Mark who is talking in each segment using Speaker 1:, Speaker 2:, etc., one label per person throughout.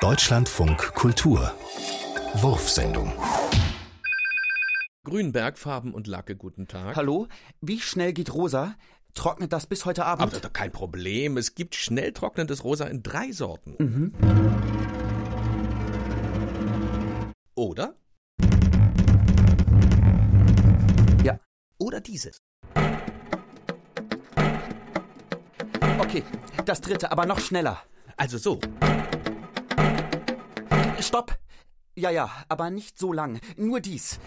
Speaker 1: Deutschlandfunk Kultur. Wurfsendung.
Speaker 2: Grünberg, Farben und Lacke, guten Tag.
Speaker 3: Hallo? Wie schnell geht Rosa? Trocknet das bis heute
Speaker 2: Aber das
Speaker 3: Abend?
Speaker 2: ist doch kein Problem. Es gibt schnell trocknendes Rosa in drei Sorten. Oder?
Speaker 3: Ja.
Speaker 2: Oder dieses.
Speaker 3: Okay, das dritte, aber noch schneller.
Speaker 2: Also so.
Speaker 3: Stopp! Ja, ja, aber nicht so lang. Nur dies.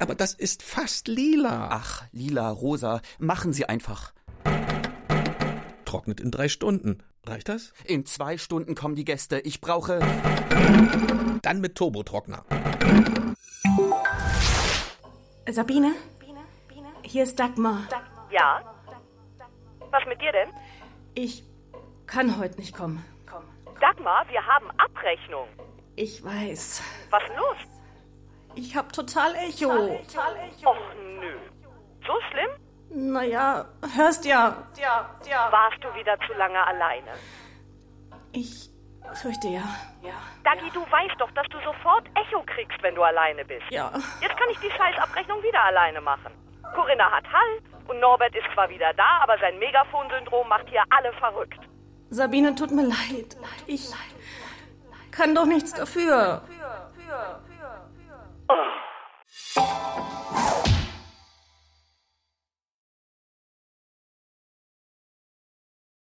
Speaker 2: Aber das ist fast lila.
Speaker 3: Ach, lila, rosa, machen Sie einfach.
Speaker 2: Trocknet in drei Stunden. Reicht das?
Speaker 3: In zwei Stunden kommen die Gäste. Ich brauche.
Speaker 2: Dann mit Turbotrockner.
Speaker 4: Sabine? Hier ist Dagmar.
Speaker 5: Ja? Was mit dir denn?
Speaker 4: Ich kann heute nicht kommen.
Speaker 5: Dagmar, wir haben Abrechnung.
Speaker 4: Ich weiß.
Speaker 5: Was ist los?
Speaker 4: Ich hab total Echo.
Speaker 5: Och nö. So schlimm?
Speaker 4: Naja, hörst ja.
Speaker 5: Warst du wieder zu lange alleine?
Speaker 4: Ich fürchte ja. Ja.
Speaker 5: Dagi, du weißt doch, dass du sofort Echo kriegst, wenn du alleine bist.
Speaker 4: Ja.
Speaker 5: Jetzt kann ich die Scheißabrechnung wieder alleine machen. Corinna hat Hall und Norbert ist zwar wieder da, aber sein Megafonsyndrom macht hier alle verrückt.
Speaker 4: Sabine, tut mir leid. Ich kann doch nichts dafür.